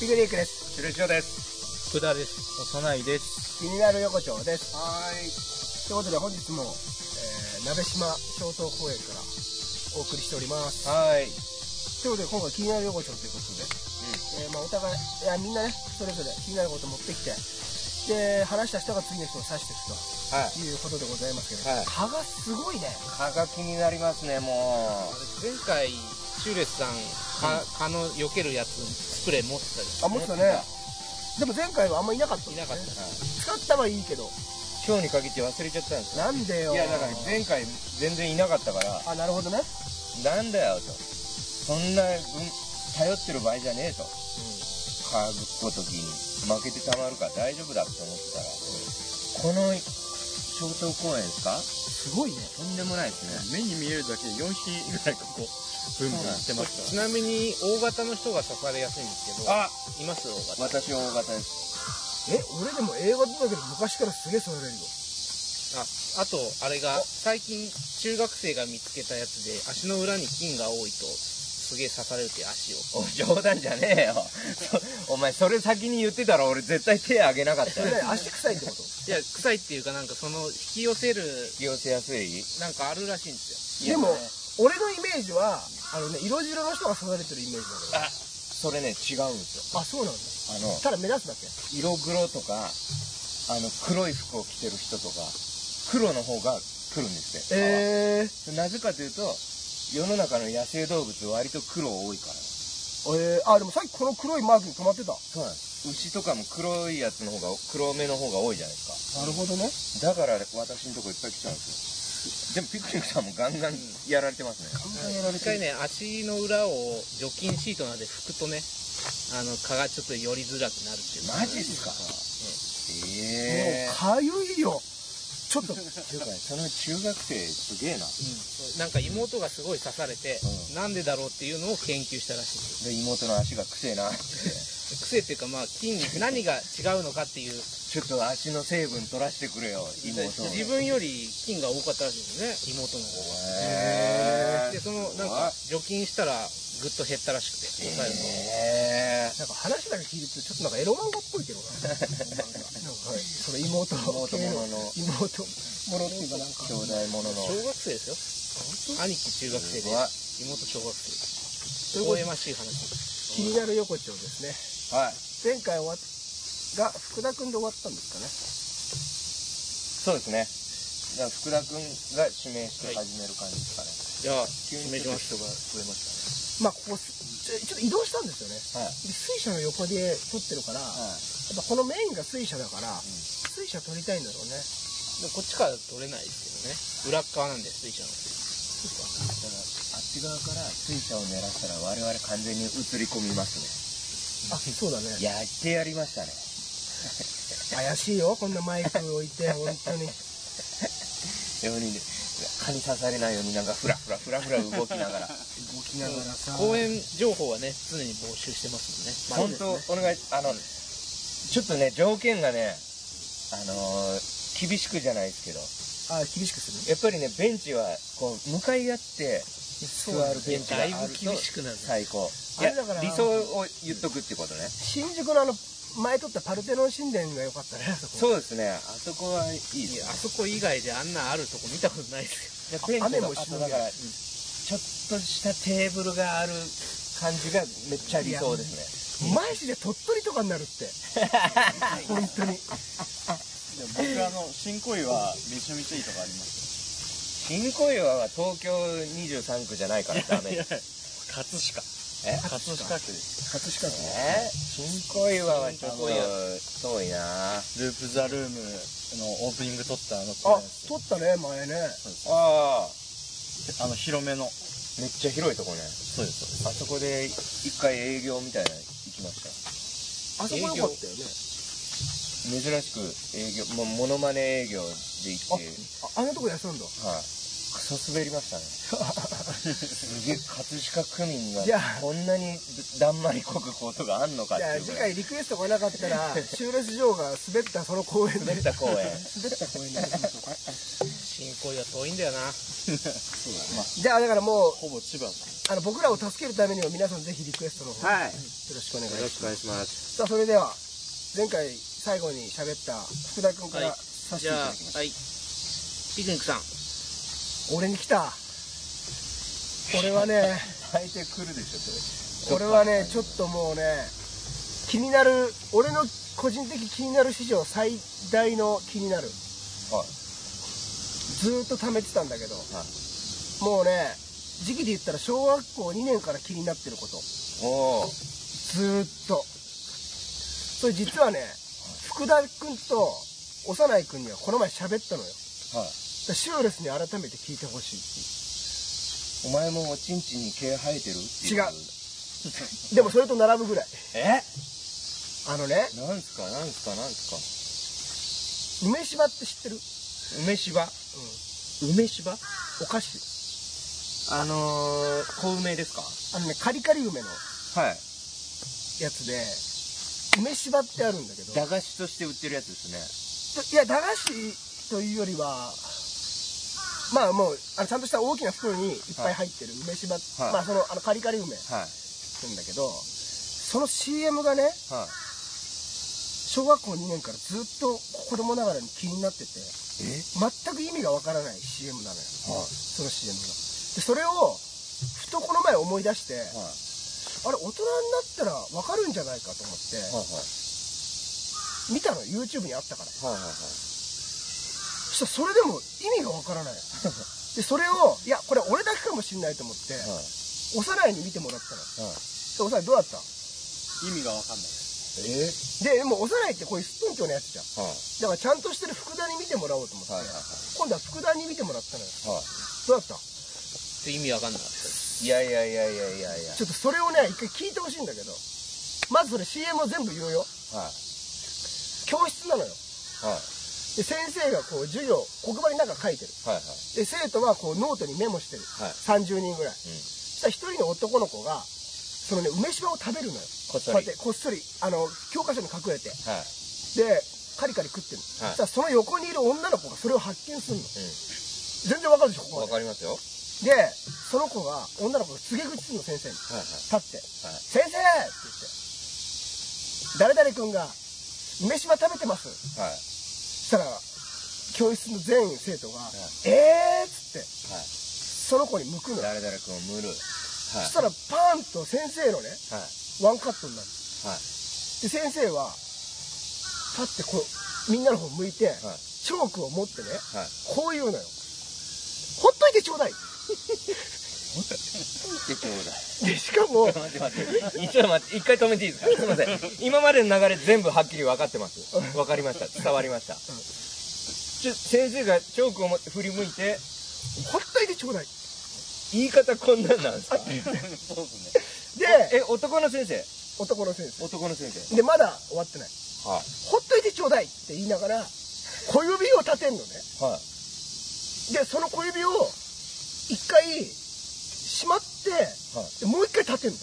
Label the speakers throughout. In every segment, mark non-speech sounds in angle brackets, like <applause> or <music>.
Speaker 1: ピグリークです。
Speaker 2: シルチオです。
Speaker 3: 福田です。幼いです。
Speaker 1: ミニラル横丁です。
Speaker 2: はー
Speaker 1: ということで本日も、えー、鍋島小東公園からお送りしております。
Speaker 2: い。はーい。
Speaker 1: ということで今回気になる横丁ということで、えーまあお互い、いやみんなね、それぞれ気になること持ってきて、で、話した人が次の人を指していくと
Speaker 2: はい。
Speaker 1: いうことでございますけど、
Speaker 2: はい
Speaker 1: 蚊がすごいね。
Speaker 2: 蚊が気になりますね、も
Speaker 3: 前回、シューレスさん、蚊、蚊の避けるやつ、スプレー持ってたじ
Speaker 1: あ、もっとね。でも前回はあんまいなかった、
Speaker 3: ゃん。いなかっ。た。
Speaker 1: 使ったはいいけど。
Speaker 2: う。今日に限って忘れちゃったんです
Speaker 1: なんでよ。
Speaker 2: いや、だから前回全然いなかったから、
Speaker 1: あ、なるほどね。
Speaker 2: なんだよと。そんな、うん、頼ってる場合じゃねえと。蚊ぶっごときに負けてたまるから大丈夫だって思ってたら、この小東公園ですか
Speaker 1: すごいね。
Speaker 2: とんでもないですね。
Speaker 4: 目に見えるだけで4匹ぐらいここブンブンしてまし
Speaker 3: ちなみに、大型の人が刺されやすいんですけど、
Speaker 2: あ
Speaker 3: います大型。
Speaker 2: 私は大型です。
Speaker 1: え、俺でも映画だけど昔からすげえそれるよ。
Speaker 3: あ、あと、あれが、最近、中学生が見つけたやつで、足の裏に菌が多いと、すげえ刺されるって足を。
Speaker 2: おい冗談じゃねえよ <laughs> そお前それ先に言ってたら俺絶対手あげなかった
Speaker 1: それ
Speaker 2: よ
Speaker 1: ね足臭いってこと
Speaker 3: いや、臭いっていうか、なんかその、引き寄せる、
Speaker 2: 引き寄せやすい
Speaker 3: なんかあるらしいんです
Speaker 1: でも、俺のイメージは、あのね、色白の人が育ててるイメージだか
Speaker 2: それね違うんですよ
Speaker 1: ら。あ、そうなんだ。
Speaker 2: あの
Speaker 1: ただ目立つだけ。
Speaker 2: 色黒とかあの黒い服を着てる人とか黒の方が来るんですって
Speaker 1: えー、
Speaker 2: なぜかというと世の中の野生動物割と黒多いから
Speaker 1: えー、あ、でもさっきこの黒いマークに止まってた。
Speaker 2: そうなんです牛とかも黒いやつの方が黒目の方が多いじゃないですか
Speaker 1: なるほどね。
Speaker 2: だから私のとこいっぱい来ちゃうんですよでもピクニックさんもガンガンやられてますね、
Speaker 3: よ。一回ね、足の裏を除菌シートなどで拭くとね、あの、蚊がちょっと寄りづらくなるっていう。
Speaker 2: マジっすかええ
Speaker 1: もう、かゆいよ。ちょっと、
Speaker 2: ていうかねその中学生すげえな
Speaker 3: なんか妹がすごい刺されて、
Speaker 2: う
Speaker 3: なんでだろうっていうのを研究したらしいんです
Speaker 2: で妹の足がくせえなって
Speaker 3: 癖っていうかまあ筋肉何が違うのかっていう
Speaker 2: ちょっと足の成分取らしてくれよ妹
Speaker 3: 自分より菌が多かったらしいんですね妹の方が
Speaker 2: へ
Speaker 3: でそのなんか除菌したらぐっと減ったらしくて抑えると
Speaker 2: え
Speaker 1: なんか話だけ聞いてると、ちょっとなんかエロ漫画っぽいけど <laughs> な。なんか、なんかその妹の
Speaker 2: 妹ものの
Speaker 1: 妹ものっていうかなんか
Speaker 2: 兄。弟ものの
Speaker 3: 小学生ですよ兄貴中学生で
Speaker 2: うわ
Speaker 3: 妹小学生
Speaker 1: ということで
Speaker 3: 微笑ましい話です
Speaker 1: 気になる横丁ですね。
Speaker 2: はい
Speaker 1: 前回終わっが、福田くんで終わったんですかね。
Speaker 2: そうですねだから福田君が指名して始める感じですかね、
Speaker 3: じゃあ
Speaker 2: 急
Speaker 3: 決
Speaker 2: に
Speaker 3: め
Speaker 2: ち
Speaker 3: し
Speaker 2: ょ
Speaker 3: ま
Speaker 2: っ
Speaker 3: す
Speaker 2: と人が増えまし
Speaker 1: まあ、ここす、ちょちょっと移動したんですよね。
Speaker 2: たねはい
Speaker 1: で水車の横で撮ってるから、やっ
Speaker 2: はい
Speaker 1: ぱこのメインが水車だから、水車撮りたいんだろうね。
Speaker 3: でもこっちから取れないですけどね裏っ側なんで水車の
Speaker 2: だからあっち側から水車を狙ったら我々完全に映り込みます
Speaker 1: あ、そうだね。
Speaker 2: ねやってやりましたね
Speaker 1: 怪しいよ、こんなマイク置いて、本当に。
Speaker 2: ようにね蚊に刺されないようになんかフラフラフラフラ動きながら
Speaker 1: 動きながらさ
Speaker 3: 公園情報はね常に募集してますもん
Speaker 2: 本
Speaker 3: ね、
Speaker 2: 当お願いあのちょっとね条件がねあのー厳しくじゃないですけど
Speaker 1: あ、厳しくする。
Speaker 2: やっぱりねベンチはこう向かい合って座
Speaker 1: そ
Speaker 2: るベンチがあると
Speaker 3: だいぶ厳しくなるね
Speaker 2: 最高
Speaker 1: あ
Speaker 2: いや
Speaker 1: れだから
Speaker 2: 理想を言っとくってことね、
Speaker 1: 新宿のあの、前撮ったパルテノン神殿が良かったね、あそこ
Speaker 2: そうですねあそこはいいです
Speaker 3: い
Speaker 2: ね
Speaker 3: やあそこ以外であんなあるとこ見たことないです
Speaker 2: でベンチ
Speaker 1: 雨
Speaker 2: の
Speaker 1: も
Speaker 2: あ
Speaker 1: しの
Speaker 2: と
Speaker 1: げ
Speaker 2: だ
Speaker 1: る
Speaker 2: から、ちょっとしたテーブルがある感じがめっちゃ理想ですね
Speaker 1: マジで鳥取とかになるって。 <laughs> 本当に。
Speaker 4: た僕あの新恋はめちゃめちゃいいとこあります
Speaker 2: 新小岩は東京23区じゃないからダメ
Speaker 4: 葛飾
Speaker 2: え
Speaker 4: 葛飾区です
Speaker 1: 葛飾区。
Speaker 2: え新小岩はちょっと遠いなあ
Speaker 4: ループザルームのオープニング撮ったあの公
Speaker 1: あ
Speaker 4: 園です、
Speaker 1: 撮ったね、前ね。
Speaker 2: あ
Speaker 4: あの広めの
Speaker 2: めっちゃ広いとこね
Speaker 4: そうですそうです
Speaker 2: あそこで一回営業みたいなの行きました
Speaker 1: あそこ良かったよね。
Speaker 2: 珍しく営業もうモノマネ営業で行って
Speaker 1: あ、ああのとこで休んだ。
Speaker 2: <laughs> はいクソ滑りましたねすげえ葛飾区民が
Speaker 1: じゃあ
Speaker 2: こんなにだんまりこくことがあんのかっ
Speaker 1: じ
Speaker 2: て
Speaker 1: ゃあ
Speaker 2: いう
Speaker 1: 次
Speaker 2: ぐらい
Speaker 1: 回リクエストがなかった <laughs> らシューレス嬢が滑ったその公園で
Speaker 2: 滑った公園
Speaker 1: 滑った公園でやりましょうか
Speaker 3: 新恋は遠いんだよな。
Speaker 1: じゃあだからもう
Speaker 4: ほぼ千葉
Speaker 1: あの僕らを助けるためには皆さんぜひリクエストの方よ
Speaker 2: はい
Speaker 1: ろしくお願いし
Speaker 2: よ
Speaker 1: ま
Speaker 2: ろ
Speaker 1: す
Speaker 2: しくお願いします
Speaker 1: さあそれでは前回最後に喋った福田君か
Speaker 3: は
Speaker 1: ら
Speaker 3: い
Speaker 1: させ
Speaker 3: じ
Speaker 1: てい
Speaker 3: ゃ
Speaker 1: ただ
Speaker 3: あ、
Speaker 1: きます、
Speaker 3: はい。ピクニックさん。
Speaker 1: 俺に来た俺は <laughs> ね
Speaker 2: 大抵来るでしょそ
Speaker 1: 俺
Speaker 2: れ
Speaker 1: はねちょっともうね気になる俺の個人的気になる史上最大の気になる
Speaker 2: はい
Speaker 1: ずーっと貯めてたんだけど、
Speaker 2: はい
Speaker 1: もうね時期で言ったら小学校2年から気になってること
Speaker 2: おお
Speaker 1: ずーっとそれ実はね福田君と幼い君にはこの前喋ったのよ
Speaker 2: はい
Speaker 1: だからシューレスに改めて聞いてほし
Speaker 2: お前もおちんちんに毛生えてるってい
Speaker 1: 違ういでもそれと並ぶぐらい
Speaker 2: え
Speaker 1: あのね
Speaker 2: なんすかなんすかなんす
Speaker 1: 梅芝って知ってる
Speaker 2: か梅芝
Speaker 3: 梅芝
Speaker 1: お菓子
Speaker 3: あのー、小梅ですか
Speaker 1: あのねカリカリ梅の
Speaker 2: はい
Speaker 1: やつで梅芝ってあるんだけど
Speaker 2: 駄菓子として売ってるやつですね
Speaker 1: いや駄菓子というよりはまあもうあのちゃんとした大きな袋にいっぱい入ってる梅芝、
Speaker 2: はい
Speaker 1: まあそのあのカリカリ梅
Speaker 2: はい
Speaker 1: なんだけどその CM がね
Speaker 2: はい
Speaker 1: 小学校2年からずっと子供ながらに気になってて
Speaker 2: え
Speaker 1: 全く意味がわからない CM なのよ
Speaker 2: はい
Speaker 1: その CM がでそれをふとこの前思い出して、
Speaker 2: はい
Speaker 1: あれ大人になったらわかるんじゃないかと思って、
Speaker 2: はい
Speaker 1: 見たの YouTube にあったから
Speaker 2: はいはいはい
Speaker 1: そしたらそれでも意味がわから
Speaker 2: <laughs>
Speaker 1: ないでそれをいやこれ俺だけかもしんないと思って、
Speaker 2: はい
Speaker 1: 幼いに見てもらったの
Speaker 2: はい
Speaker 1: で幼いどうだった
Speaker 4: 意味がわかんない
Speaker 2: え
Speaker 1: ででも幼いってこういうすっとんきょうのやつじゃん
Speaker 2: はい
Speaker 1: だからちゃんとしてる福田に見てもらおうと思って、
Speaker 2: はいはいはい
Speaker 1: 今度は福田に見てもらったのよ
Speaker 2: は
Speaker 1: どうだった
Speaker 3: って意味わかんなかったです。
Speaker 2: いいやいやいやいやいやいや
Speaker 1: ちょっとそれをね一回聞いてほしいんだけどまずそれ CM を全部言うよ
Speaker 2: はい
Speaker 1: 教室なのよ
Speaker 2: はい
Speaker 1: で先生がこう授業黒板になんか書いてる
Speaker 2: はいはい
Speaker 1: で生徒はこうノートにメモしてる、
Speaker 2: はい
Speaker 1: 30人ぐらい、
Speaker 2: うん
Speaker 1: そしたら1人の男の子がそのね梅しばを食べるのよ
Speaker 2: こっそ
Speaker 1: こうやっ
Speaker 2: り
Speaker 1: てこっそりあの教科書に隠れて
Speaker 2: はい
Speaker 1: でカリカリ食ってる、
Speaker 2: はい
Speaker 1: そしたらその横にいる女の子がそれを発見するの、
Speaker 2: う
Speaker 1: 全然わかるでしょこ
Speaker 2: んわ
Speaker 1: こま
Speaker 2: かりますよ
Speaker 1: ででその子が女の子が告げ口するの先生に
Speaker 2: はいはい
Speaker 1: 立って
Speaker 2: は
Speaker 1: 「先
Speaker 2: い
Speaker 1: 生!」って言って「誰々君が梅しば食べてます」
Speaker 2: はい
Speaker 1: そしたら教室の全生徒が「
Speaker 2: い
Speaker 1: えー!」っつって
Speaker 2: はい
Speaker 1: その子に向くのよ
Speaker 2: 誰々君をムるは
Speaker 1: そ
Speaker 2: い
Speaker 1: したらパーンと先生のね
Speaker 2: はい
Speaker 1: ワンカットになる
Speaker 2: はい
Speaker 1: で先生は立ってこうみんなの方向いて、
Speaker 2: はい
Speaker 1: チョークを持ってね
Speaker 2: はい
Speaker 1: こう言うのよ「ほっといてちょうだい!
Speaker 2: 見てちょうだ
Speaker 1: で
Speaker 2: い」
Speaker 1: しかも
Speaker 2: <laughs> 待って待ってちょっと待って一回止めていいですかすいません今までの流れ全部はっきり分かってます分かりました伝わりましたちょ先生がチョークを持って振り向いて
Speaker 1: 「ほっといてちょうだい
Speaker 2: 言い方こんなんなんですか
Speaker 4: そうですね」
Speaker 1: で
Speaker 2: え男の先生
Speaker 1: 男の先
Speaker 2: 男の先生
Speaker 1: 生でまだ終わってない
Speaker 2: はい
Speaker 1: 「ほっといてちょうだい」って言いながら小指を立てんのね
Speaker 2: はい
Speaker 1: でその小指を一回しまって、でもう一回立てるの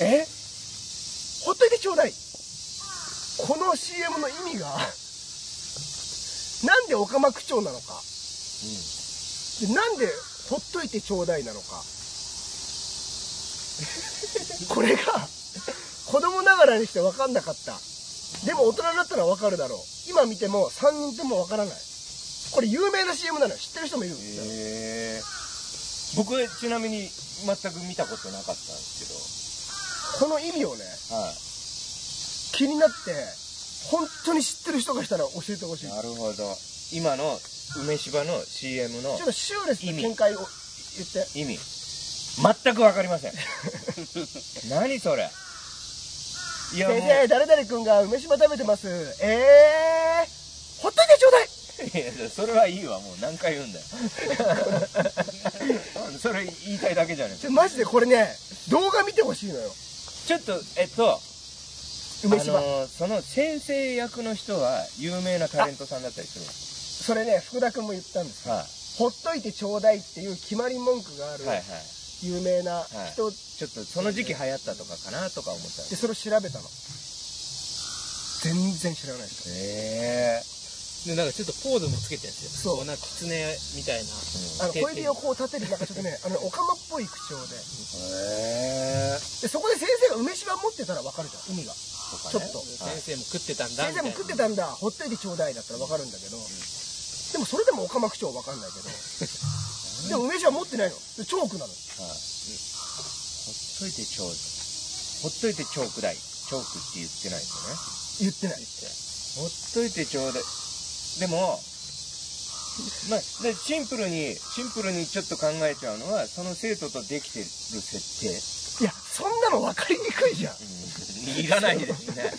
Speaker 2: え
Speaker 1: ほっといてちょうだいこの CM の意味がなんでオカマ区長なのか、でなんでほっといてちょうだいなのか <laughs> これが子供ながらにして分かんなかったでも大人になったら分かるだろう今見ても3人とも分からないこれ有名な CM なのよ知ってる人もいるんですよ、
Speaker 2: えー、僕はちなみに全く見たことなかったんです
Speaker 1: この意味をね
Speaker 2: けどは
Speaker 1: 気になって本当に知ってる人がしたら教えてほしい
Speaker 2: なるほど今の梅芝の CM の
Speaker 1: ちょっとシューレスな見解を言って
Speaker 2: 意味全く分かりま
Speaker 1: <laughs>
Speaker 2: せん何それいやもう
Speaker 1: 先生誰々君が梅しば食べてますえー、ほっといてちょうだい
Speaker 2: いやそれはいいわもう何回言うん
Speaker 1: <laughs>
Speaker 2: だよそれ言いたいだけじゃね
Speaker 1: ちょマジでこれね動画見てほしいのよ
Speaker 2: ちょっとえっと
Speaker 1: 梅しば、
Speaker 2: あのーその先生役の人は有名なタレントさんだったりするんです
Speaker 1: それね福田君も言ったんです
Speaker 2: はい
Speaker 1: ほっといてちょうだいっていう決まり文句がある、
Speaker 2: はいはい
Speaker 1: 有名な人で
Speaker 2: ちょっとその時期流行ったとかかなとか思ったんです
Speaker 1: それを調べたの全然知らないです
Speaker 2: へえ
Speaker 3: でなんかちょっとポーズもつけてるんです
Speaker 1: そ
Speaker 3: よ
Speaker 1: う
Speaker 3: こなんか狐みたいな
Speaker 1: あの
Speaker 3: 手
Speaker 1: 小指をこう立てるなんかちょっとねあのオカマっぽい口調で
Speaker 2: へえ
Speaker 1: でそこで先生が梅酒ば持ってたら分かるじゃん意味が先ちょ
Speaker 2: ちょ
Speaker 1: っ
Speaker 2: っ
Speaker 1: と
Speaker 2: と
Speaker 3: 先生も食ってたんだみた
Speaker 1: 生も
Speaker 3: いな
Speaker 1: 食ってたんだほっといてちょうだいだったら分かるんだけど、でもそれでもオカマ口調分かんないけどでも梅酒は持ってないのでチョークなの
Speaker 2: ほっといてちょうほっといてちょうくだいチョークって言ってないですよね
Speaker 1: 言ってない
Speaker 2: ほっといてちょうだいでもまあ、でシンプルにシンプルにちょっと考えちゃうのはその生徒とできてる設定
Speaker 1: いやそんなの分かりにくいじゃん
Speaker 2: いらないですね。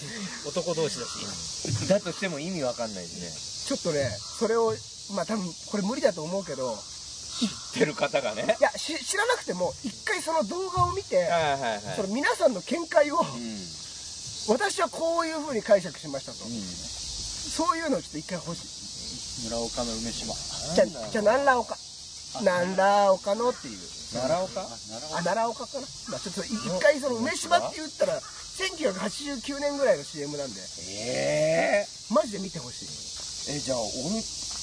Speaker 3: 男同士だし
Speaker 2: だとしても意味わかんないですね。
Speaker 1: ちょっとねそれをまあ多分これ無理だと思うけど
Speaker 2: 知ってる方がね。
Speaker 1: いやし知らなくても一回その動画を見て
Speaker 2: はいはいはい。
Speaker 1: その皆さんの見解を
Speaker 2: うん。うん。
Speaker 1: 私はこういうふうに解釈しましたとそういうのをちょっと一回欲しい
Speaker 4: 村岡の梅島
Speaker 1: じゃじゃあ何らおか何らおかのっていう
Speaker 2: 奈良岡
Speaker 4: あ奈良
Speaker 1: あ奈良岡かな、まあ、ちょっとい一回その梅島って言ったら1989年ぐらいの CM なんで
Speaker 2: ええ
Speaker 1: マジで見てほしい、
Speaker 2: え、じゃあ俺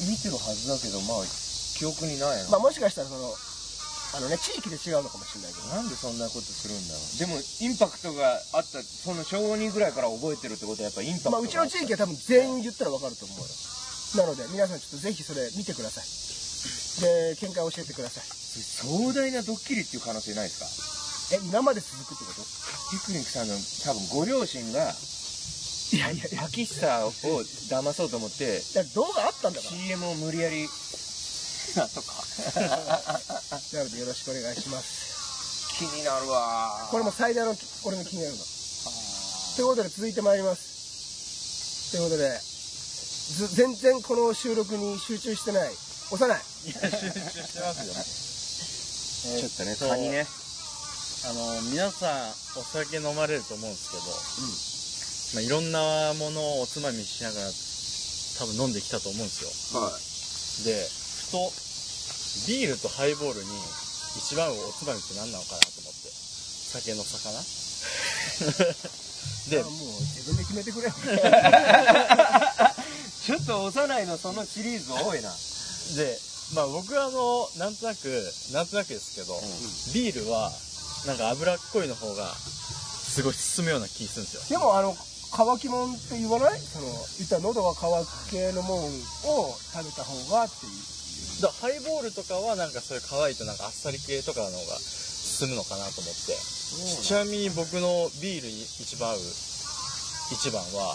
Speaker 2: 見てるはずだけど、まあ、記憶にないな。
Speaker 1: まあ、もしかしたらそのあのね地域で違うのかもしれないけど
Speaker 2: なんでそんなことするんだろう。でも、インパクトがあった、その小2ぐらいから覚えてるってことはやっぱインパク
Speaker 1: ま
Speaker 2: トが
Speaker 1: あ、う
Speaker 2: あっ
Speaker 1: ち
Speaker 2: た。
Speaker 1: の地域は多分全員言ったら分かると思うよなので皆さんちょっとぜひそれ見てくださいで見解を教えてください
Speaker 2: 壮大なドッキリっていう可能性ないです
Speaker 1: え
Speaker 2: か
Speaker 1: 今まで続くってこと
Speaker 2: ピクニックさんの多分ご両親が、
Speaker 1: いやいやいや
Speaker 2: パキスタを騙そうと思って、
Speaker 1: だって動画あったんだか
Speaker 2: CM を無理やり、とか。
Speaker 1: らなのでよろしくお願いします
Speaker 2: 気になるわ
Speaker 1: これも最大の俺の気になるのということで続いてまいりますということでず全然この収録に集中してない幼い
Speaker 4: してますよ
Speaker 2: ちょっとねカニね
Speaker 4: あの皆さんお酒飲まれると思うんですけど、まあ、いろんなものをおつまみしながら多分飲んできたと思うんですよでふとビールとハイボールに一番合うおつまみって何なのかなと思って酒の魚 <laughs> で
Speaker 1: あもう自分で決めてくれ
Speaker 2: ちょっと幼いのそのシリーズ多いな
Speaker 4: でまあ僕はあのなんとなくなんとなくですけど、ビールはなんか脂っこいの方がすごい進むような気するんですよ
Speaker 1: でもあの乾きもんって言わないその言ったら喉が乾く系のもんを食べた方がっていう
Speaker 4: だからハイボールとかはなんかそういう乾いたなんかあっさり系とかの方が進むのかなと思ってちなみに僕のビールに一番合う一番は、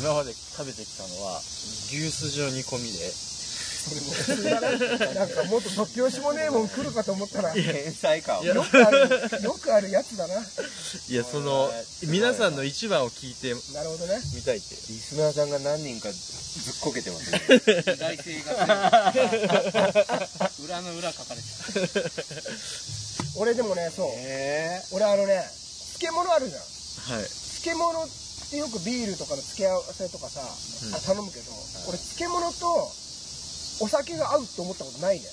Speaker 4: 今まで食べてきたのは牛すじの煮込みで
Speaker 1: それも知ら
Speaker 3: <laughs>
Speaker 1: ないなんかもっと突拍子もねえもん来るかと思ったらよ
Speaker 2: 天才か
Speaker 4: や
Speaker 1: くあるよくあるやつだない
Speaker 4: やその皆さんの一番を聞いて
Speaker 1: なるほどね
Speaker 4: みたいって
Speaker 2: リスナーさんが何人かずっこけてますね
Speaker 3: 意外性が強い裏の裏書かれてる
Speaker 1: 俺でもねそう
Speaker 2: へえ
Speaker 1: 俺あのね漬物あるじゃん
Speaker 4: はい
Speaker 1: 漬物ってよくビールとかの付け合わせとかさ、あ頼むけど、俺漬物とお酒が合うって思ったことないね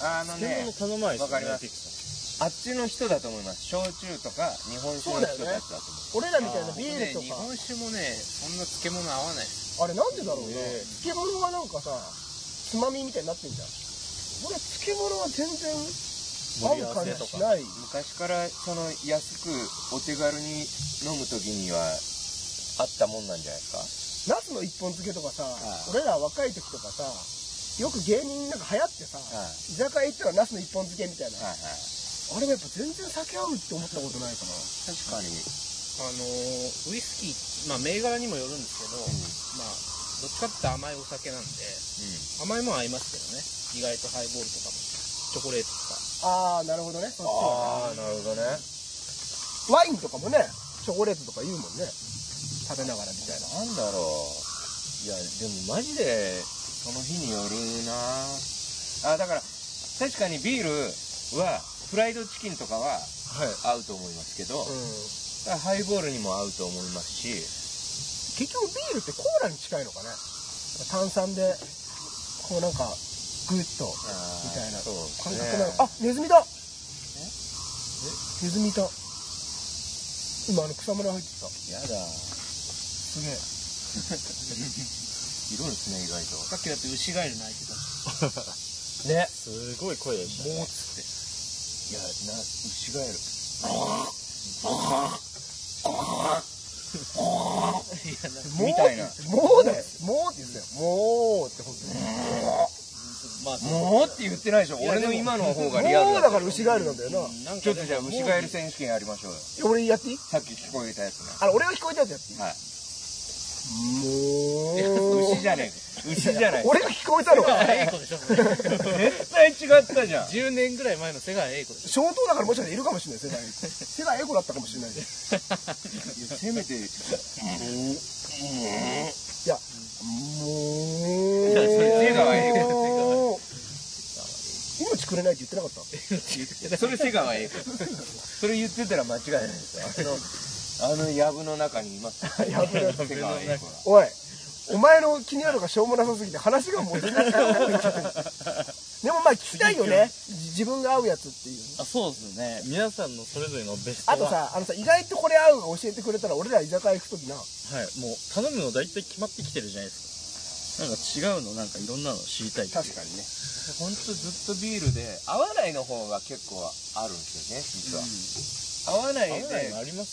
Speaker 2: あの
Speaker 4: 漬
Speaker 2: ね
Speaker 4: 物頼まないです
Speaker 2: わかり
Speaker 4: よね
Speaker 2: ます
Speaker 4: ピクさ
Speaker 2: あっちの人だと思います焼酎とか日本酒の人たちだと思います
Speaker 1: 俺らみたいなビールと
Speaker 3: ね日
Speaker 1: か、
Speaker 3: 本酒もねそんな漬物合わないです
Speaker 1: あれなんでだろうね、漬物はなんかさつまみみたいになってんじゃん俺漬物は全然合う感じしない
Speaker 2: 昔からその安くお手軽に飲む時にはあったもんなんじゃないです
Speaker 1: ナスの一本漬けとかさ俺ら若い時とかさよく芸人なんか流行ってさ、
Speaker 2: はい
Speaker 1: 居酒屋行ったらナスの一本漬けみたいな、
Speaker 2: かはいはい
Speaker 1: あれもやっぱ全然酒合うって思ったことないかな
Speaker 2: 確かに
Speaker 3: あのーウイスキーまあ銘柄にもよるんですけど、まあどっちかって言ったら甘いお酒なんで甘いもん合いますけどね意外とハイボールとかもチョコレートとか
Speaker 1: ああなるほどねそっちはね
Speaker 2: ああなるほどね
Speaker 1: ワインとかもねチョコレートとか言うもんね食べながらみたいな
Speaker 2: なんだろう。いや、でもマジで、その日によるなあ、だから、確かにビールは、フライドチキンとかは
Speaker 4: はい
Speaker 2: 合うと思いますけど、
Speaker 1: 結
Speaker 2: ハイボールにも合うと思いますし、
Speaker 1: 局ビールってコーラに近いのかね炭酸でこうなんかグッとみたいな
Speaker 2: そうです
Speaker 1: 感
Speaker 2: ね
Speaker 1: 覚なの、あネズミだネズミいた今あの草むら入ってきた
Speaker 2: やだ。
Speaker 1: すげえ
Speaker 2: 広いですね、意外と。
Speaker 3: さっきだって牛ガエル鳴いてたし
Speaker 2: ね。
Speaker 4: すごい声でしたね
Speaker 2: もうつって。いや、な、牛ガエル。みたいな。
Speaker 1: もうだよもうって言ってたよもうって本
Speaker 3: まあ
Speaker 2: もうって言ってないでしょ。俺の今の方がリア
Speaker 1: 当
Speaker 2: ル
Speaker 1: にもうだから牛
Speaker 2: エ
Speaker 1: ガエルなんだよな、
Speaker 3: なんか
Speaker 2: ル。ちょっとじゃあ、牛ガエル選手権やりましょうよ。
Speaker 1: 俺やっていい
Speaker 2: さっき聞こえたやつね。
Speaker 1: あの俺が聞こえたやつやっていい
Speaker 2: はい。
Speaker 1: もう
Speaker 2: <laughs> 牛じゃねえ。牛じゃ <laughs> ない。
Speaker 1: 俺が聞こえたのか
Speaker 3: 英子で
Speaker 1: <laughs>
Speaker 3: しょそれ
Speaker 2: 絶対違ったじゃん。
Speaker 3: 10年ぐらい前の瀬川英子でしょ
Speaker 1: 消灯だからもしかしたらいるかもしれない世代世 <laughs> 代エコだったかもしれないい
Speaker 2: せめて、
Speaker 1: やもう
Speaker 2: やそれ手が悪い手が
Speaker 1: 命くれないって言ってなかった
Speaker 2: <laughs> それ瀬川栄子。それ言ってたら間違いないですよ。あの、あの、藪の中にいます。
Speaker 1: やべえ
Speaker 2: 瀬川栄子が。
Speaker 1: おいお前の気になるのがしょうもなさすぎて話がもう全然変わらないでもまあ聞きたいよね自分が合うやつっていう
Speaker 4: あそうですね皆さんのそれぞれのベスト
Speaker 1: あ
Speaker 4: は
Speaker 1: とさあのさ意外とこれ合うが教えてくれたら俺ら居酒屋行く時な
Speaker 4: はいもう頼むの大体決まってきてるじゃないですかなんか違うのなんかいろんなの知りたいっていう
Speaker 2: 確かにね。ほんとずっとビールで、合わないの方が結構あるんですよね、実は。合わない
Speaker 4: 合わないの
Speaker 2: で、
Speaker 4: あります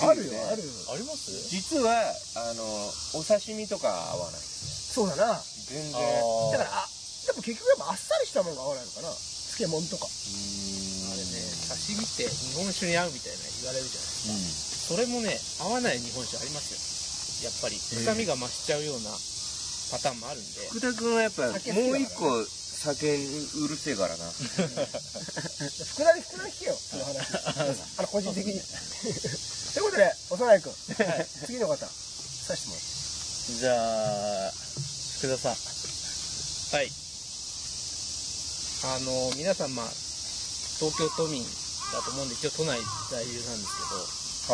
Speaker 1: あるよ
Speaker 2: ね
Speaker 1: あるよ
Speaker 4: あります
Speaker 2: 実は、あの、お刺身とか合わない。
Speaker 1: そうだな
Speaker 2: 全然。
Speaker 4: あ
Speaker 2: う
Speaker 1: だ
Speaker 4: ー
Speaker 1: からあでも結局やっぱあっさりしたものが合わないのかな漬物とか
Speaker 2: ーん
Speaker 3: あれね刺身って日本酒に合うみたいな言われるじゃない
Speaker 2: うん
Speaker 3: それもね合わない日本酒ありますよやっぱり臭みが増しちゃうようなパターンもあるんで
Speaker 2: 福田君はやっぱ
Speaker 1: 酒好きだからね
Speaker 2: もう一個酒にうるせえ <laughs> からな
Speaker 1: 福田に福田に聞けよその話あの個人的にということで幼い君次の方さしてもらって
Speaker 4: じゃあ福田さん
Speaker 3: はい。あの、皆さん、まあ、東京都民だと思うんで、一応都内在住なんです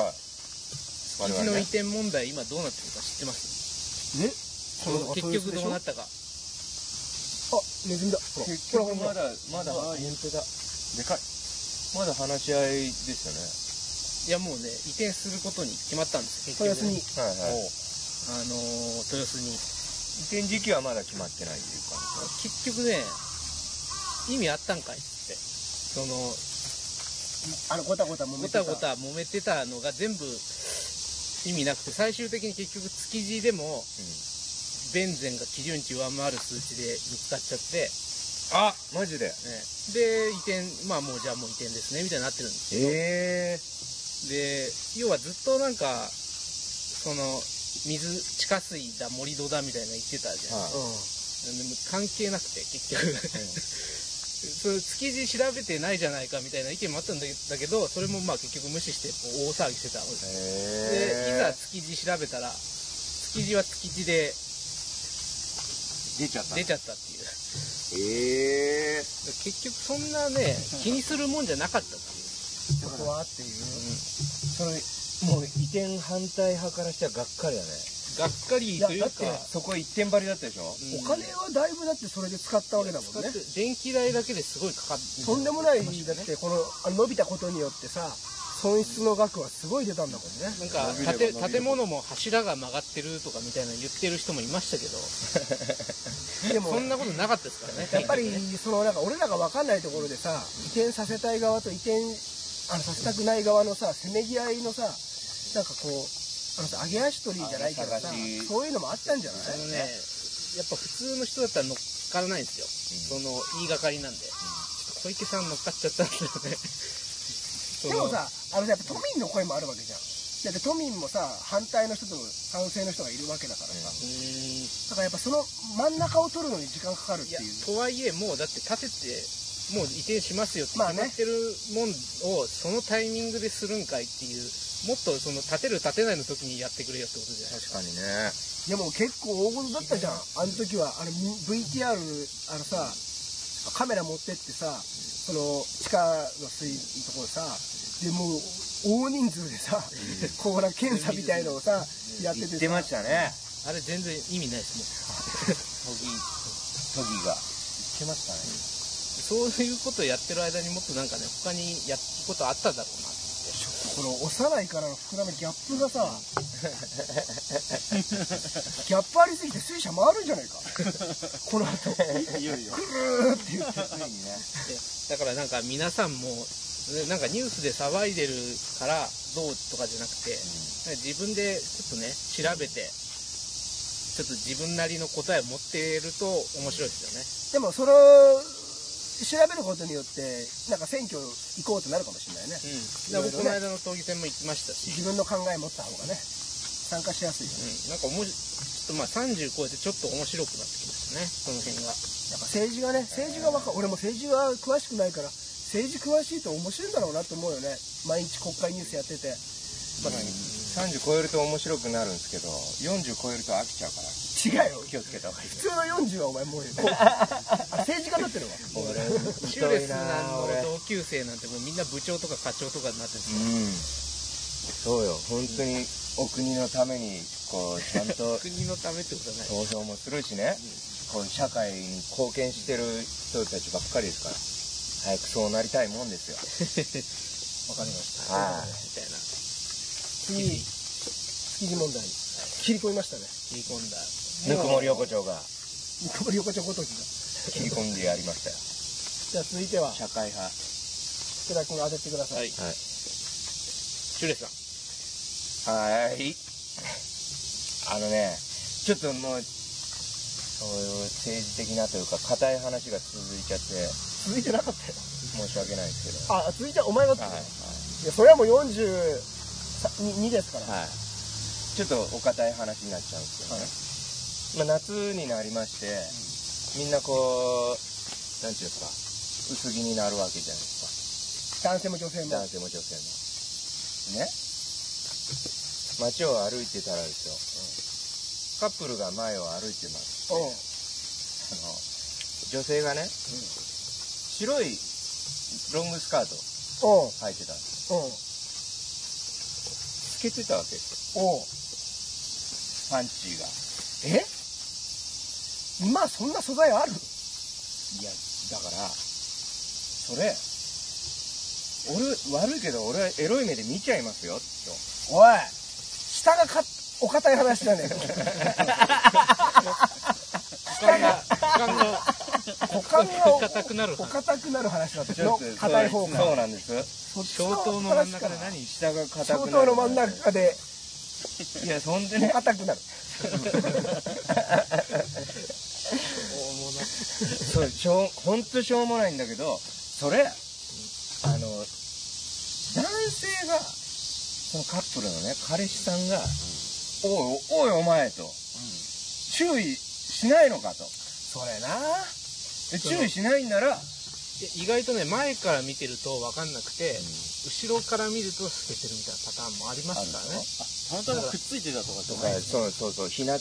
Speaker 2: はい
Speaker 3: けど、うちの移転問題、今どうなってるか知ってます
Speaker 1: この
Speaker 3: 結局どうな
Speaker 1: あ
Speaker 3: ったか。
Speaker 1: ネズミだほら
Speaker 2: 結
Speaker 1: ほら
Speaker 2: 局
Speaker 1: ほら
Speaker 2: まだまだ本当だでかいまだ話し合いです
Speaker 3: いや、もうね、移転することに決まったんですよ、
Speaker 1: 豊
Speaker 3: 結
Speaker 1: 洲に
Speaker 3: 局、
Speaker 2: よねはい
Speaker 4: お
Speaker 2: はい
Speaker 3: あの、豊洲に。
Speaker 2: 移転時期はまだ決まってないっていう感
Speaker 3: 結局ね、意味あったんかいって。その、
Speaker 1: あのごたごた揉め
Speaker 3: ご
Speaker 1: てた
Speaker 3: たごた揉めてたのが全部意味なくて最終的に結局築地でもベンゼンが基準値上回る数値で見つかっちゃって、あ
Speaker 2: じマジで
Speaker 3: ね、で移転まあもうじゃあもう移転ですねみたいになってるんです
Speaker 2: ええ
Speaker 3: で要はずっとなんかその水地下水だ盛り土だみたいな言ってたじゃん、
Speaker 2: は
Speaker 3: でも関係なくて結局、 <laughs> その築地調べてないじゃないかみたいな意見もあったんだけどそれもまあ結局無視してこう大騒ぎしてたわけです
Speaker 2: い
Speaker 3: でいざ
Speaker 2: へえ
Speaker 3: 築地調べたら築地は築地で
Speaker 2: 出ちゃった
Speaker 3: 出ちゃったっていう
Speaker 2: ええ
Speaker 3: 結局そんなね気にするもんじゃなかったっていう
Speaker 1: ここはっていう
Speaker 2: それもう移転反対派からしてはがっかりだね
Speaker 3: がっかりという
Speaker 1: い
Speaker 3: か
Speaker 1: やだっ
Speaker 2: そこ一点張りだったでしょ
Speaker 3: うん
Speaker 1: お金はだいぶだってそれで使ったわけだもん
Speaker 3: 使っ
Speaker 1: ね
Speaker 3: て電気代だけですごいかかって
Speaker 1: とんでもないだってこのあの伸びたことによってさ損失の額はすごい出たんだもんね
Speaker 3: なんか
Speaker 2: 伸びれば伸びるほど
Speaker 3: 建建物も柱が曲がってるとかみたいなの言ってる人もいましたけど
Speaker 1: でも
Speaker 3: そんなことなかったですからね
Speaker 1: やっぱり
Speaker 3: 結
Speaker 1: そ
Speaker 3: 局ね
Speaker 1: のなんか俺らが分かんないところでさ移転させたい側と移転あのさせたくない側のさせめぎ合いのさなんかこうあのさ揚げ足取りじゃないけどさ
Speaker 2: あの探し
Speaker 1: そういうのもあったんじゃない
Speaker 3: あのねやっぱ普通の人だったら乗っからないんですよ、その言いがかりなんで、ちょっと小池さん乗っかっちゃったんですよねそ
Speaker 1: で
Speaker 3: の
Speaker 1: もさあのさやっぱ都民の声もあるわけじゃんだって都民もさ反対の人と賛成の人がいるわけだからさ、だ
Speaker 3: <laughs> うーん
Speaker 1: からやっぱその真ん中を取るのに時間かかるっ
Speaker 3: い
Speaker 1: てい
Speaker 3: や
Speaker 1: う
Speaker 3: とはいえもうだって建ててもう移転しますよって決
Speaker 1: ま
Speaker 3: ま
Speaker 1: あね
Speaker 3: ってるもんをそのタイミングでするんかいっていうもっとその建てる建てないの時にやってくれよってことじゃないですか
Speaker 2: 確かにね
Speaker 1: いやもう結構大事だったじゃんあの時はあの VTR あのさカメラ持ってってさその地下の水のところさでもう大人数でさこうなんか検査みたいのをさやってて
Speaker 2: 言
Speaker 1: さ
Speaker 2: ってましたね
Speaker 3: あれ全然意味ないですも
Speaker 2: 都議都議が言ってましたね
Speaker 3: <laughs> そういうことやってる間にもっとなんかね、他にやることあっただろうなって
Speaker 1: この幼いからの膨らみギャップがさギャップありすぎて水車回るんじゃないかこの後
Speaker 2: <laughs> いよいよ。
Speaker 1: うーって言って
Speaker 2: ついにね。
Speaker 3: だからなんか皆さんも、ねなんかニュースで騒いでるからどうとかじゃなくて、なんか自分でちょっとね、調べて、ちょっと自分なりの答えを持っていると面白いですよね。
Speaker 1: でもその調べることによってなんか選挙行こうってなるかもしれないね
Speaker 3: だから僕この間の都議選も行きましたし、
Speaker 1: 自分の考え持った方がね参加しやすいよね
Speaker 3: うん、なんかおもしちょっとまあ30超えてちょっと面白くなってきましたね、その辺が。
Speaker 1: やっぱ政治がね政治がわか俺も政治は詳しくないから政治詳しいと面白いんだろうなと思うよね毎日国会ニュースやってて
Speaker 2: まあ、30超えると面白くなるんですけど、40超えると飽きちゃうから、
Speaker 1: 違うよ
Speaker 2: 気をつけた方がいい。
Speaker 1: 普通の40はお前もう
Speaker 2: <laughs>
Speaker 1: こうあ政治家になってるわ
Speaker 3: シュレス
Speaker 2: 太い
Speaker 3: な
Speaker 2: な
Speaker 3: の
Speaker 2: 俺
Speaker 3: 同級生なんてもうみんな部長とか課長とかになってるんですよ
Speaker 2: うん。そうよ。本当に、お国のために、こう、ちゃんと
Speaker 3: 国のためってことはない。
Speaker 2: 投票もするしね、こう、社会に貢献してる人たちばっかりですから、早くそうなりたいもん <laughs> ですよ。
Speaker 1: わかりました
Speaker 2: はい。
Speaker 3: みたいな。
Speaker 1: 次築地問題に切り込みましたね
Speaker 3: 切り込んだ。
Speaker 2: ぬくもり横丁が
Speaker 1: 三河横丁ごときが
Speaker 2: 切り込んでやりましたよ。
Speaker 1: じゃあ続いては
Speaker 2: 社会派。
Speaker 1: 福田君当ててください、
Speaker 3: はい。
Speaker 2: はい
Speaker 3: シュレスさん。
Speaker 2: はーい。あのね、ちょっともう、そういう政治的なというか、硬い話が続いちゃって、
Speaker 1: 続いてなかったよ
Speaker 2: 申し訳ないですけど。
Speaker 1: あ続いてはお前が、
Speaker 2: はい
Speaker 1: い、やそれはもう42ですから、
Speaker 2: はい。はい。ちょっとお堅い話になっちゃうんですけどね。まあ、夏になりまして、みんなこう、なんていうんですか、薄着になるわけじゃないですか。
Speaker 1: 男性も女性も
Speaker 2: 男性も女性も。ね街を歩いてたらですよ、カップルが前を歩いてます。
Speaker 1: うん
Speaker 2: あの女性がね、白いロングスカート
Speaker 1: うん
Speaker 2: 履いてたんです
Speaker 1: うん
Speaker 2: 透けてたわけです
Speaker 1: おう
Speaker 2: よパンチが
Speaker 1: え今そんな素材ある
Speaker 2: いやだからそれ俺悪いけど俺はエロい目で見ちゃいますよと
Speaker 1: おい下がかお堅い話じゃねえか
Speaker 3: <laughs> 股間が、股間が
Speaker 1: 股間が
Speaker 3: 硬くなる
Speaker 1: お。硬くなる話だった
Speaker 2: ち
Speaker 1: の
Speaker 2: ょっと
Speaker 1: 硬い方
Speaker 2: そうそう
Speaker 1: が
Speaker 2: なんです
Speaker 1: そっち
Speaker 3: 消灯の真ん中で何
Speaker 2: 下が硬くな
Speaker 1: 消
Speaker 2: る
Speaker 1: 灯の真ん中で
Speaker 2: いやそんで
Speaker 1: もう
Speaker 2: ね
Speaker 1: 硬くなる
Speaker 2: そうしょうほんとしょうもないんだけどそれあの男性がそのカップルのね彼氏さんが「おいおいお前」と、注意しないのかと
Speaker 1: それな
Speaker 2: で注意しないんなら
Speaker 3: で意外とね、前から見てると分かんなくて、後ろから見ると透けてるみたいなパターンもありますからね。
Speaker 4: たまたまくっついてたとかじ
Speaker 2: と
Speaker 4: ゃ
Speaker 2: か
Speaker 4: ない
Speaker 2: そうそうそう日向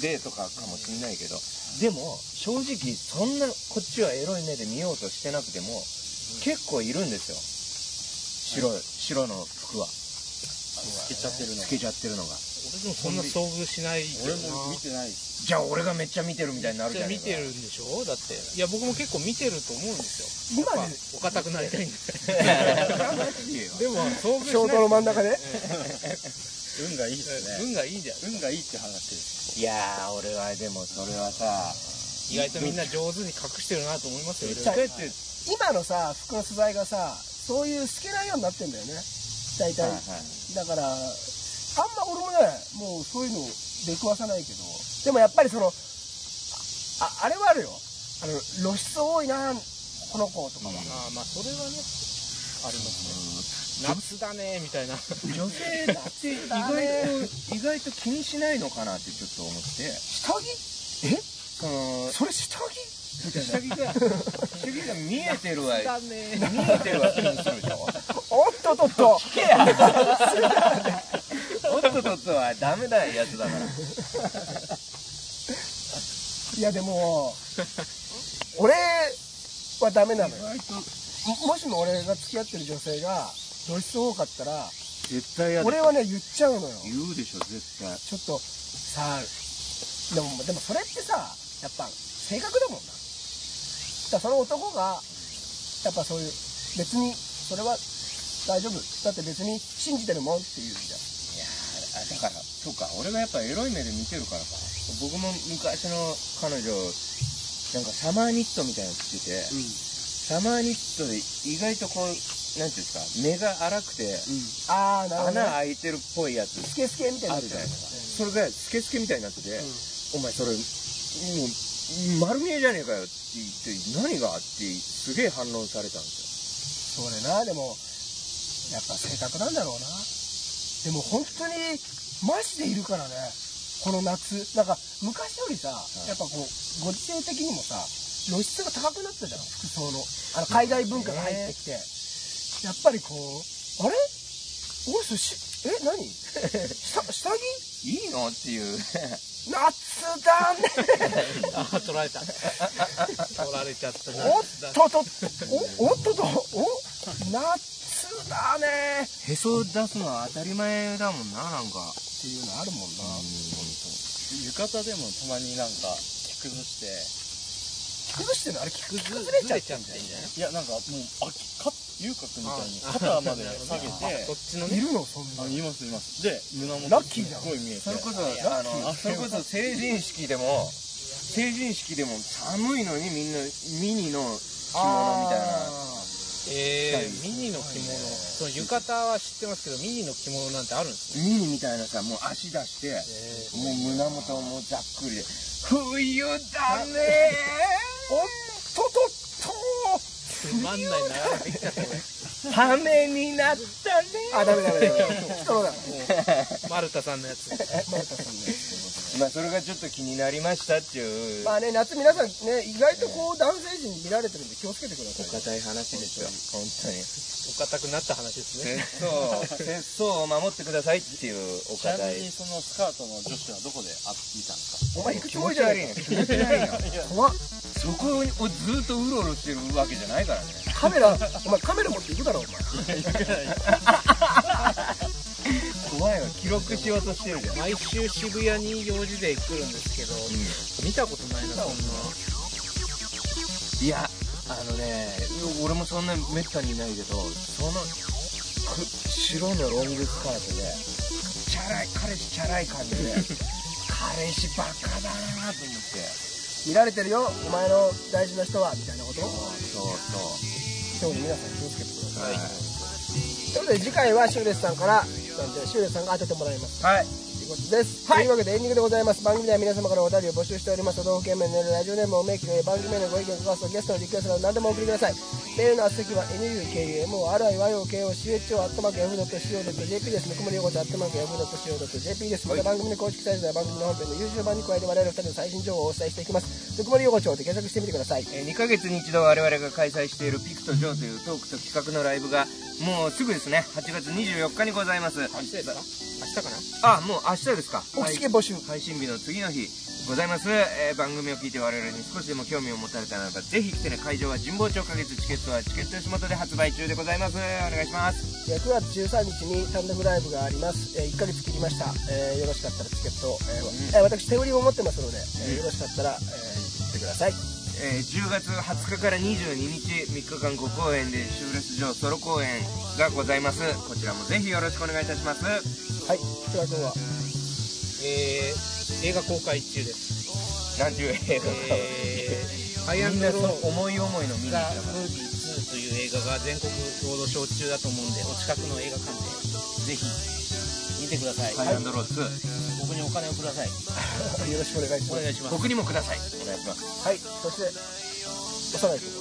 Speaker 2: でとかかもしんないけどでも正直そんなこっちはエロい目で見ようとしてなくても結構いるんですよ白い白の服は
Speaker 4: つけちゃってるの
Speaker 2: つけちゃってるのが
Speaker 3: 俺でもそんな遭遇しないけ
Speaker 4: 俺
Speaker 3: どな
Speaker 4: も見てない
Speaker 2: じゃあ俺がめっちゃ見てるみたいになる
Speaker 3: じ
Speaker 2: じ
Speaker 3: ゃ
Speaker 2: ゃ
Speaker 3: あ
Speaker 2: ん
Speaker 3: 見てるんでしょだって。いや、僕も結構見てると思うんですよ。
Speaker 1: 今
Speaker 3: やっ
Speaker 1: で
Speaker 3: ぱお堅くなりたいんです。でも、遭遇しない。
Speaker 1: 消灯の真ん中で
Speaker 4: 運がいいです
Speaker 3: うん
Speaker 4: ね
Speaker 3: 運がいいんじゃない
Speaker 4: 運がいいって話です
Speaker 2: いやー俺はでもそれはさ
Speaker 3: 意外とみんな上手に隠してるなと思いますよ。
Speaker 2: そうやって
Speaker 1: 今のさ服の素材がさそういう透けないようになってんだよね大体、
Speaker 2: はいはい
Speaker 1: だからあんま俺もねもうそういうの出くわさないけどでもやっぱりそのああれはあるよあの露出多いなこの子とかは、
Speaker 3: ああ、まあそれはね、ありますね。夏だね、みたいな。
Speaker 2: 女性って意外と意外と気にしないのかなってちょっと思って
Speaker 1: 下着え
Speaker 2: その
Speaker 1: それ下着
Speaker 2: 下着が下着が見えてる
Speaker 3: <laughs>
Speaker 2: わ
Speaker 3: だね。
Speaker 2: 見えてるわ気にするでしょ
Speaker 1: おっとっとっと
Speaker 2: おっとっとっとはダメだやつだから
Speaker 1: いやでも俺はダメなのよももしも俺が付き合ってる女性が露出多かったら
Speaker 2: 絶対や
Speaker 1: 俺はね言っちゃうのよ
Speaker 2: 言うでしょ絶対
Speaker 1: ちょっとさあでもでもそれってさやっぱ性格だもんなだからその男がやっぱそういう別にそれは大丈夫だって別に信じてるもんっていうじゃん
Speaker 2: いやーあだからそうか俺がやっぱエロい目で見てるからか僕も昔の彼女なんかサマーニットみたいなの着てて、サマーニットで意外とこうなんていうんですか目が荒くて、
Speaker 1: ああなるほど、
Speaker 2: 穴
Speaker 1: ね、
Speaker 2: 開いてるっぽいやつ
Speaker 1: スケスケみたいに
Speaker 2: あ
Speaker 1: なっ
Speaker 2: る
Speaker 1: て
Speaker 2: じ
Speaker 1: る
Speaker 2: ゃないですか、それがスケスケみたいになってて、お前それもう丸見えじゃねえかよって言って何がってすげえ反論されたんですよ
Speaker 1: それなでもやっぱ性格なんだろうなでも本当にマジでいるからねこの夏なんか昔よりさ、やっぱこうご時世的にもさ露出が高くなったじゃん服装のあの海外文化が入ってきて、やっぱりこうあれおいそれしえ何下下着
Speaker 2: いいのっていう
Speaker 1: 夏だね
Speaker 3: あー取られた <laughs> 取られちゃったな
Speaker 1: おっととおおっととお夏だね
Speaker 2: へそ出すのは当たり前だもんななんか
Speaker 1: っていうのあるもんな、
Speaker 4: 浴衣でもたまになんか着崩して
Speaker 1: 着崩してるのあれ着崩
Speaker 3: 崩
Speaker 1: れちゃ
Speaker 3: れ
Speaker 1: っ
Speaker 3: ち
Speaker 1: て
Speaker 3: ゃ
Speaker 1: ん
Speaker 3: っ
Speaker 1: じ
Speaker 3: てんじゃない
Speaker 4: いやなんかもうあきか遊郭みたいに
Speaker 3: あ
Speaker 4: 肩まで下
Speaker 2: <laughs>
Speaker 4: げ
Speaker 3: そってちの
Speaker 1: ゃんい
Speaker 3: ね
Speaker 1: るのそんな
Speaker 4: あ
Speaker 1: の
Speaker 4: いますいますで胸元
Speaker 1: ラッキーじゃん
Speaker 4: すっごい見えて
Speaker 2: それこそあのそれこそ成人式でも成人式でも寒いのにみんなミニの着物みたいな
Speaker 3: えー、ミニの着物その浴衣は知ってますけどミニの着物なんてあるんですね
Speaker 2: ミニみたいなさもう足出して、もう胸元をもうざっくりで冬だね
Speaker 1: <laughs> おっととっ
Speaker 3: つまんない流れてきちゃったこ
Speaker 2: ーためになったね
Speaker 1: とあダメダメダメ人のだ
Speaker 3: れマルタさんのやつ
Speaker 2: まあそれがちょっと気になりましたっていう
Speaker 1: <laughs> まあね夏皆さんね意外とこう男性陣に見られてるんで気をつけてください
Speaker 2: 硬い話ですよ本当に
Speaker 3: お堅くなった話ですね
Speaker 2: 節操節操を守ってくださいっていうお
Speaker 4: ちなみ
Speaker 2: 課題
Speaker 4: にそのスカートの女子はどこであ見たんですか
Speaker 1: お前行く
Speaker 2: 気
Speaker 1: つも
Speaker 2: 持
Speaker 1: り
Speaker 2: ち
Speaker 1: じゃな
Speaker 2: 悪
Speaker 1: い
Speaker 2: いね
Speaker 1: か
Speaker 2: 気持ち悪いね
Speaker 1: 怖っ
Speaker 2: そこをずっとうろうろしてるわけじゃないからね
Speaker 1: カメラお前カメラ持って行くだろお前
Speaker 2: 怖いわ記録しようとしてるじゃん
Speaker 3: 毎週渋谷に用事で来るんですけど、見たことないなそんない
Speaker 2: やあのね俺もそんなめったにいないけどそのく白のロングスカートでチャラい彼氏チャラい感じ <laughs> で彼氏バカだなと思って
Speaker 1: 見られてるよお前の大事な人はみたいなこと
Speaker 2: そうそう
Speaker 1: 今日も皆さん気をつけてください
Speaker 2: はい
Speaker 1: ということで次回はシュウレスさんからなんでシュウレスさんが当ててもらいます
Speaker 2: はい
Speaker 1: ということです、というわけでエンディングでございます番組では皆様からお便りを募集しております都道府県名のラジオネームを名記で番組へのご意見ご感想ゲストのリクエストなど何でもお送りくださいメールの宛先は NUKUMORIYOKOCHO.yahoo.co.jp ですぬくもり横丁 .yahoo.co.jp ですまた番組の公式サイトでは番組の本編の YouTube 版に加えて我々2人の最新情報をお伝えしていきますぬくもり横丁で検索してみてください
Speaker 2: えー2ヶ月に一度我々が開催しているピクとジョーというトークと企画のライブがもうすぐですね8月24日にございます
Speaker 3: 明日ですか明日かな
Speaker 2: あもう明日ですか
Speaker 1: お聞け募集
Speaker 2: 配信日の次の日ございます、えー番組を聞いて我々に少しでも興味を持たれたならばぜひ来てね会場は神保町花月チケットはチケット吉本で発売中でございますお願いします
Speaker 1: えー9月13日に単独ライブがあります、えー1ヶ月切りました、えーよろしかったらチケット、えーえー私手売りも持ってますので、えーよろしかったら、えー行ってください
Speaker 2: えー10月20日から22日3日間5公演でシューレス城ソロ公演がございますこちらもぜひよろしくお願いいたします
Speaker 1: はい福田君は
Speaker 3: えー、映画公開中です
Speaker 2: なんていう映画か、
Speaker 3: えー、ハイア
Speaker 2: み
Speaker 3: ン
Speaker 2: ん
Speaker 3: ドロー
Speaker 2: なその
Speaker 3: ザ・
Speaker 2: 思い思いの見
Speaker 3: ムービー
Speaker 2: に来
Speaker 3: 2
Speaker 2: た
Speaker 3: という映画が全国ロードショー中だと思うんでお近くの映画館で
Speaker 2: ぜひ
Speaker 3: 見てください、
Speaker 2: ハイアンドロー2
Speaker 3: 僕にお金をください
Speaker 1: よろしくお願いし
Speaker 3: お
Speaker 1: ます
Speaker 3: 願いします
Speaker 2: 僕にもくださいお願いします
Speaker 1: はいそして幼い君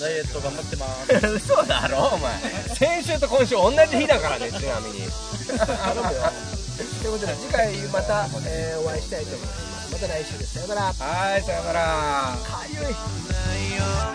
Speaker 3: ダイエット頑張ってます
Speaker 2: <laughs> 嘘だろお前先週と今週同じ日だからねちなみに
Speaker 1: 頼むよ <laughs> ということで次回また、えーお会いしたいと思いますまた来週ですさよならか
Speaker 2: はいさよなら
Speaker 1: ゆい
Speaker 5: 「ないよ